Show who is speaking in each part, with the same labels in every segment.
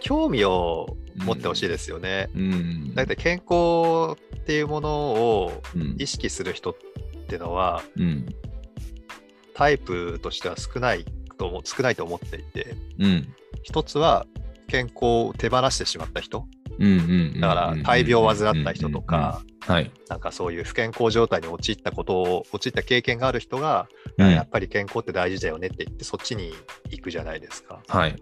Speaker 1: 興味を持ってほしいですよね。
Speaker 2: うん
Speaker 1: だって健康っていうものを
Speaker 2: うん
Speaker 1: 意識する人ってのは
Speaker 2: うん
Speaker 1: タイプとしては少ないと思少ないと思っていて
Speaker 2: うん
Speaker 1: 一つは健康を手放してしまった人
Speaker 2: うんうん
Speaker 1: だから大病を患った人とか
Speaker 2: はい
Speaker 1: なんかそういう不健康状態に陥ったことを陥った経験がある人が
Speaker 2: うん
Speaker 1: やっぱり健康って大事だよねって言ってそっちに行くじゃないですか。
Speaker 2: はい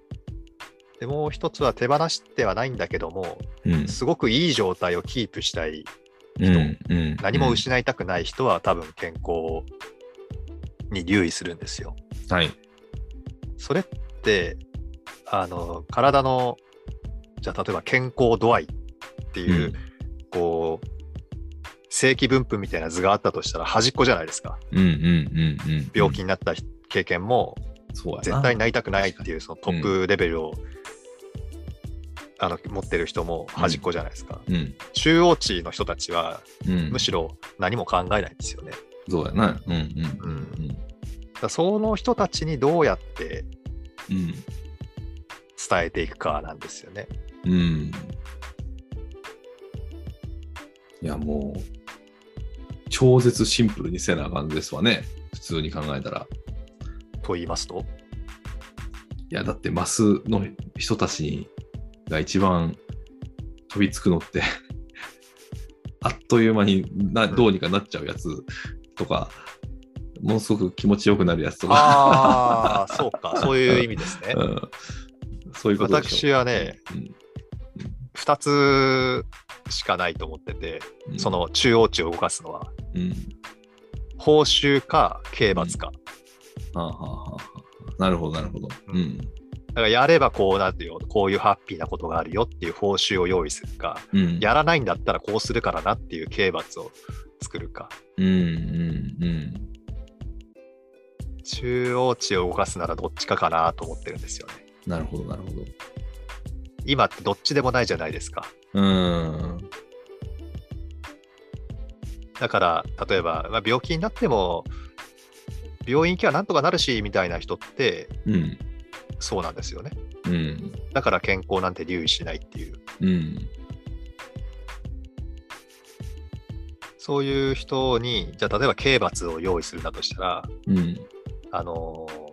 Speaker 1: でもう一つは手放してはないんだけども
Speaker 2: うん
Speaker 1: すごくいい状態をキープしたい
Speaker 2: うんうん
Speaker 1: 何も失いたくない人は多分健康に留意するんですよ。
Speaker 2: はい
Speaker 1: それってあの体のじゃあ例えば健康度合いっていう、こう正規分布みたいな図があったとしたら端っこじゃないですか
Speaker 2: うんうんうんうん
Speaker 1: 病気になったひ経験も
Speaker 2: そうやな
Speaker 1: 絶対なりたくないっていうそのトップレベルを、あの持ってる人も端っこじゃないですか、
Speaker 2: うん
Speaker 1: 中央値の人たちは
Speaker 2: うん
Speaker 1: むしろ何も考えないんですよね、
Speaker 2: そうやなうんうん
Speaker 1: うん
Speaker 2: うん
Speaker 1: だからその人たちにどうやって
Speaker 2: うん
Speaker 1: 伝えていくかなんですよね。
Speaker 2: うん。いや、もう、超絶シンプルにせなあかんですわね。普通に考えたら。
Speaker 1: と言いますと、
Speaker 2: いや、だってマスの人たちにが一番飛びつくのって、 あっという間になどうにかなっちゃうやつとか、ものすごく気持ちよくなるやつと か、
Speaker 1: ああ、そうか、そういう意味ですね
Speaker 2: う。ん、そういうことでし
Speaker 1: 私
Speaker 2: ょ。
Speaker 1: はね、
Speaker 2: うん、
Speaker 1: 2つしかないと思ってて、
Speaker 2: うん
Speaker 1: そ、の中央値を動かすのは、
Speaker 2: うん、
Speaker 1: 報酬か刑罰か。
Speaker 2: はあはあはあはあなるほど、なるほど。うん、
Speaker 1: だからやればこうなるよ、こういうハッピーなことがあるよっていう報酬を用意するか、
Speaker 2: うん、
Speaker 1: やらないんだったらこうするからなっていう刑罰を作るか。
Speaker 2: うんうんうん。
Speaker 1: 中央値を動かすならどっちかかなと思ってるんですよね。
Speaker 2: なるほど、なるほど。
Speaker 1: 今ってどっちでもないじゃないですか。
Speaker 2: うーん。
Speaker 1: だから、例えば、まあ、病気になっても、病院行けばなんとかなるし、みたいな人って、
Speaker 2: うん。
Speaker 1: そうなんですよね。
Speaker 2: うん。
Speaker 1: だから健康なんて留意しないっていう、
Speaker 2: うん。
Speaker 1: そういう人に、じゃあ、例えば刑罰を用意するんだとしたら、
Speaker 2: うん。
Speaker 1: あのー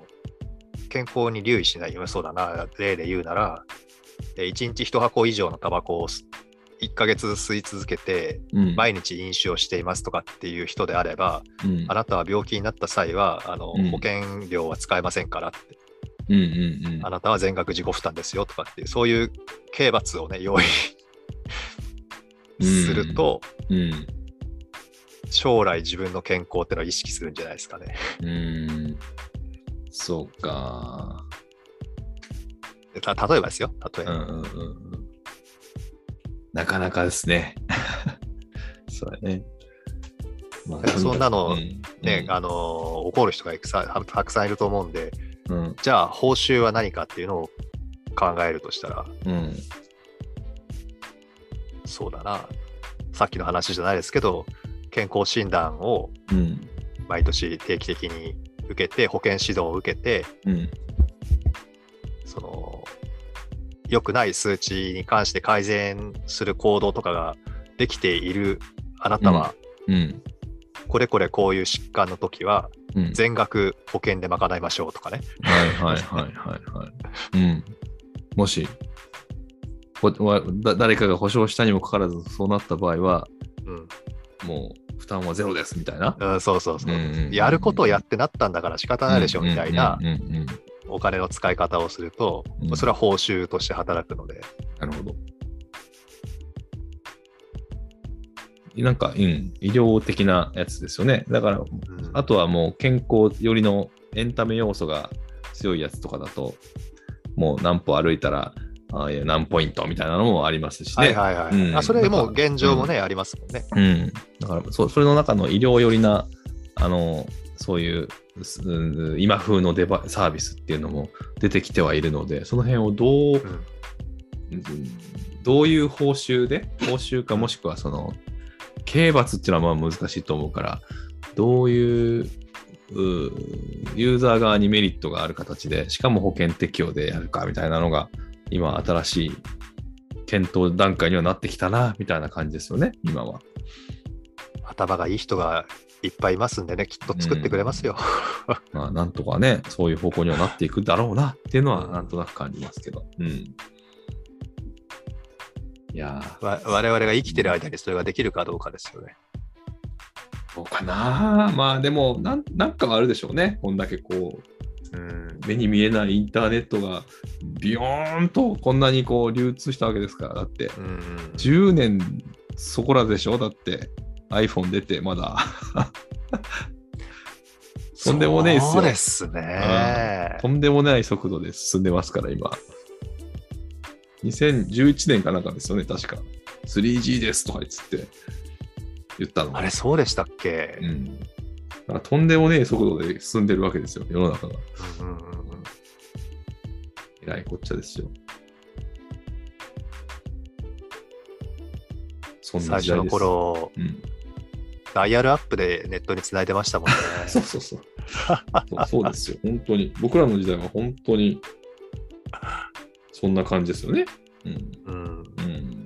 Speaker 1: 健康に留意しない、そうだな、例で言うなら、えー1日1箱以上のタバコを吸1ヶ月吸い続けて、
Speaker 2: うん。
Speaker 1: 毎日飲酒をしていますとかっていう人であれば、
Speaker 2: うん。
Speaker 1: あなたは病気になった際は、あの
Speaker 2: うん
Speaker 1: 保険料は使えませんからって。
Speaker 2: うんうんうん
Speaker 1: あ。なたは全額自己負担ですよとかっていう、そういう刑罰をね、用意すると、
Speaker 2: うん。
Speaker 1: 将来自分の健康っていうのを意識するんじゃないですかね。
Speaker 2: うん。そうか。
Speaker 1: でた例えばですよ、例え
Speaker 2: う
Speaker 1: ば。
Speaker 2: んうんうんうん。なかなかですね。 そうだね。ま
Speaker 1: だからそんなのね、
Speaker 2: ね、
Speaker 1: あのー怒る人がいくさたくさんいると思うんで、
Speaker 2: うん。
Speaker 1: じゃあ報酬は何かっていうのを考えるとしたら、
Speaker 2: うん。
Speaker 1: そうだな、さっきの話じゃないですけど、健康診断を
Speaker 2: うん。
Speaker 1: 毎年定期的に受けて、保健指導を受けて、
Speaker 2: うん。
Speaker 1: その良くない数値に関して改善する行動とかができているあなたは、
Speaker 2: うん。
Speaker 1: これこれこういう疾患の時は
Speaker 2: うん。
Speaker 1: 全額保険で賄いましょうとかね、
Speaker 2: はいはいはいはいはい。うん。もし、ほわだ誰かが保証したにもかかわらずそうなった場合は、
Speaker 1: うん
Speaker 2: もう負担はゼロですみたいな。
Speaker 1: うん、そうそうそう、
Speaker 2: うんうんうん
Speaker 1: やることをやってなったんだから仕方ないでしょみたいな
Speaker 2: うんうんうんうん
Speaker 1: お金の使い方をすると
Speaker 2: うん
Speaker 1: それは報酬として働くので
Speaker 2: なるほど。なんか、うん、医療的なやつですよね。だから、
Speaker 1: うん
Speaker 2: あとはもう健康寄りのエンタメ要素が強いやつとかだと、もう何歩歩いたら、あいや何ポイントみたいなのもありますしね。
Speaker 1: はいはいはい、
Speaker 2: うん
Speaker 1: あそれもう現状もね、ありますもんね
Speaker 2: うん、だからそそれの中の医療寄りなあのそういう、すうん今風のデバサービスっていうのも出てきてはいるのでその辺をどう、
Speaker 1: ん
Speaker 2: どういう報酬で報酬かもしくはその刑罰っていうのはまあ難しいと思うからどういううユーザー側にメリットがある形でしかも保険適用でやるかみたいなのが今新しい検討段階にはなってきたな、みたいな感じですよね、今は。
Speaker 1: 頭がいい人がいっぱいいますんでね、きっと作ってくれますよ。
Speaker 2: まあ、なんとかね、そういう方向にはなっていくだろうなっていうのは、なんとなく感じますけど。うん。いやー、
Speaker 1: わ我々が生きてる間にそれができるかどうかですよね。
Speaker 2: どうかなまあでもなん、なんかはあるでしょうね。こんだけこう、
Speaker 1: うん、
Speaker 2: 目に見えないインターネットが、ビヨーンとこんなにこう流通したわけですから、だって、
Speaker 1: うん、
Speaker 2: 10年そこらでしょだって、iPhone 出て、まだ。とんでもねえっすよ
Speaker 1: そうですね。
Speaker 2: とんでもない速度で進んでますから、今。2011年かなんかですよね、確か。3G ですとか言っつって言ったの。
Speaker 1: あれ、そうでしたっけ
Speaker 2: う、ん。だからとんでもねえ速度で進んでるわけですよ、世の中が。
Speaker 1: うんうんうんうん
Speaker 2: えらいこっちゃですよ。そんな
Speaker 1: 最
Speaker 2: 時
Speaker 1: 初
Speaker 2: 代
Speaker 1: の
Speaker 2: です。
Speaker 1: 頃、
Speaker 2: うん。
Speaker 1: ダイヤルアップでネットにつないでましたもんね。
Speaker 2: そうそうそう。そうそうですよ、本当に。僕らの時代は本当に、そんな感じですよね。うん。
Speaker 1: うん、
Speaker 2: うん。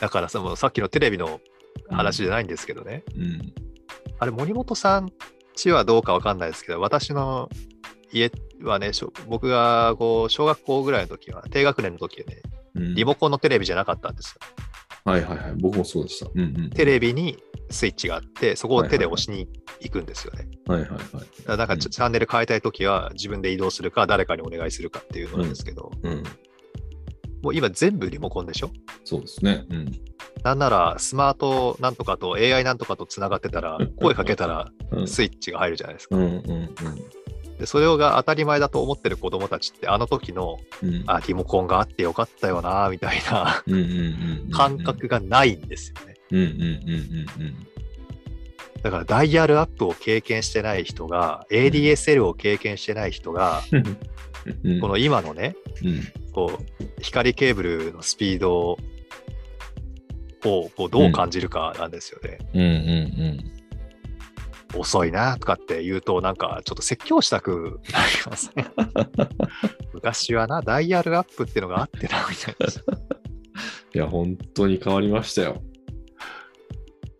Speaker 1: だからそのさっきのテレビの話じゃないんですけどね、
Speaker 2: うん。
Speaker 1: あれ、森本さんちはどうかわかんないですけど、私の家はね、しょ僕がこう小学校ぐらいの時は、低学年の時はね、
Speaker 2: うん
Speaker 1: リモコンのテレビじゃなかったんですよ。
Speaker 2: はいはいはい、僕もそうでした。うんうん。
Speaker 1: テレビにスイッチがあって、そこを手で押しに行くんですよね。
Speaker 2: はいはいはい。
Speaker 1: だからなんかちょチャンネル変えたい時は、自分で移動するか、誰かにお願いするかっていうのなんですけど、
Speaker 2: うん、
Speaker 1: もう今全部リモコンでしょ
Speaker 2: そうですね。うん。
Speaker 1: なんならスマートなんとかと AI なんとかとつながってたら、声かけたら
Speaker 2: うん
Speaker 1: スイッチが入るじゃないですか。
Speaker 2: うんうん
Speaker 1: で、それが当たり前だと思ってる子供たちって、あの時の、
Speaker 2: うん。うん
Speaker 1: あ、リモコンがあってよかったよな、みたいな
Speaker 2: うんうんうんうん
Speaker 1: 感覚がないんですよね。
Speaker 2: うんうんうんうん
Speaker 1: だからダイヤルアップを経験してない人が、ADSL を経験してない人が、
Speaker 2: うんうん
Speaker 1: この今のね、
Speaker 2: うん
Speaker 1: こう、光ケーブルのスピードをこうどう感じるかなんですよね。
Speaker 2: うんうん
Speaker 1: 遅いなとかって言うと、なんかちょっと説教したくなります ね。昔はな、ダイヤルアップっていうのがあってな、みたいな。
Speaker 2: いや本当に変わりましたよ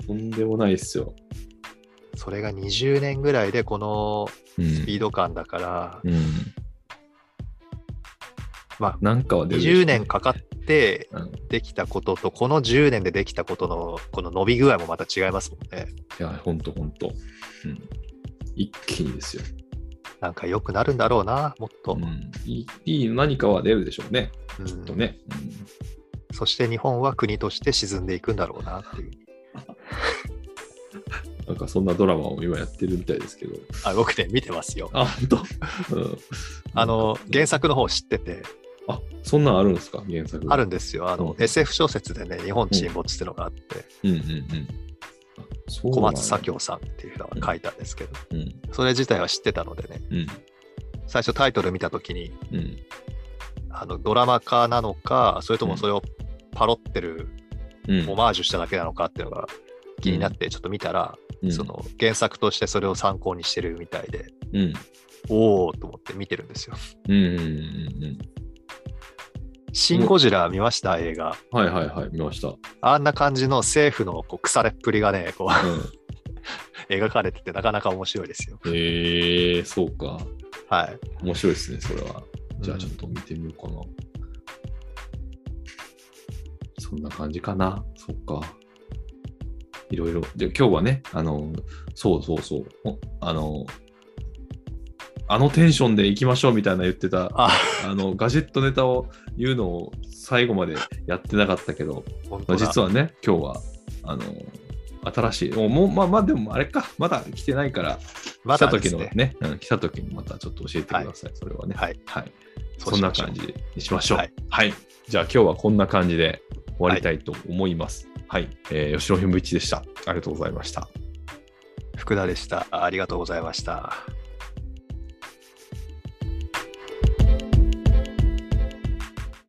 Speaker 2: とんでもないっすよ、
Speaker 1: それが20年ぐらいでこの
Speaker 2: うん、
Speaker 1: スピード感だから、
Speaker 2: うん
Speaker 1: まあ
Speaker 2: なんかは出るでしょ
Speaker 1: 20年かかって
Speaker 2: うん
Speaker 1: できたことと、この10年でできたことのこの伸び具合もまた違いますもんね。
Speaker 2: いや本当本当うん一気にですよ、
Speaker 1: なんか良くなるんだろうな、もっと。
Speaker 2: うん、いいいい何かは出るでしょうね
Speaker 1: うん
Speaker 2: きっとね、うん
Speaker 1: そして日本は国として沈んでいくんだろうなっていう。
Speaker 2: なんかそんなドラマを今やってるみたいですけど
Speaker 1: あ僕ね、見てますよ。
Speaker 2: あ本当、うん、
Speaker 1: あの、原作の方知ってて、
Speaker 2: あそんなんあるんですか原作
Speaker 1: あるんですよ。あの、
Speaker 2: うん
Speaker 1: SF 小説でね、日本沈没っていうのがあって、
Speaker 2: うんうんうんあそう
Speaker 1: 小
Speaker 2: なんだ
Speaker 1: 松左京さんっていうのが書いたんですけど、
Speaker 2: うん
Speaker 1: それ自体は知ってたのでね、
Speaker 2: うん
Speaker 1: 最初タイトル見たときに、
Speaker 2: うん
Speaker 1: あのドラマ化なのか、それともそれをパロってる、
Speaker 2: うん
Speaker 1: オマージュしただけなのかっていうのが気になって、ちょっと見たら、
Speaker 2: うん
Speaker 1: その原作としてそれを参考にしてるみたいで、
Speaker 2: うん
Speaker 1: おおと思って見てるんですよ。
Speaker 2: うんうんうんうん
Speaker 1: シン・ゴジラ見ました、映画。
Speaker 2: はいはいはい見ました、うん、
Speaker 1: あんな感じの政府のこう 腐れっぷりがね、こう描かれてて、なかなか面白いです よ。
Speaker 2: えー、そうか
Speaker 1: はい。
Speaker 2: 面白いですねそれはじゃあちょっ
Speaker 1: うん
Speaker 2: と見てみようかな、そんな感じかなそっかいろいろで今日はねあのそうそうそうおあのあのテンションで行きましょうみたいな言ってた
Speaker 1: あ、
Speaker 2: あのガジェットネタを言うのを最後までやってなかったけど、
Speaker 1: 本
Speaker 2: ま
Speaker 1: 当
Speaker 2: あ、
Speaker 1: だ
Speaker 2: 実はね今日はあの新しいもうもうまあまあでもあれかまだ来てないから、
Speaker 1: ま
Speaker 2: 来た
Speaker 1: だで
Speaker 2: 時
Speaker 1: す
Speaker 2: の
Speaker 1: ね。
Speaker 2: ね、うん、来た時にまたちょっと教えてください、それはね
Speaker 1: はい、
Speaker 2: はい、
Speaker 1: そう
Speaker 2: そ
Speaker 1: し
Speaker 2: んな
Speaker 1: ましょう
Speaker 2: 感じにしましょうは
Speaker 1: はいい、
Speaker 2: じゃあ今日はこんな感じで終わりたいと思いますはい、えー吉野文一でしたありがとうございました
Speaker 1: 福田でした。ありがとうございました。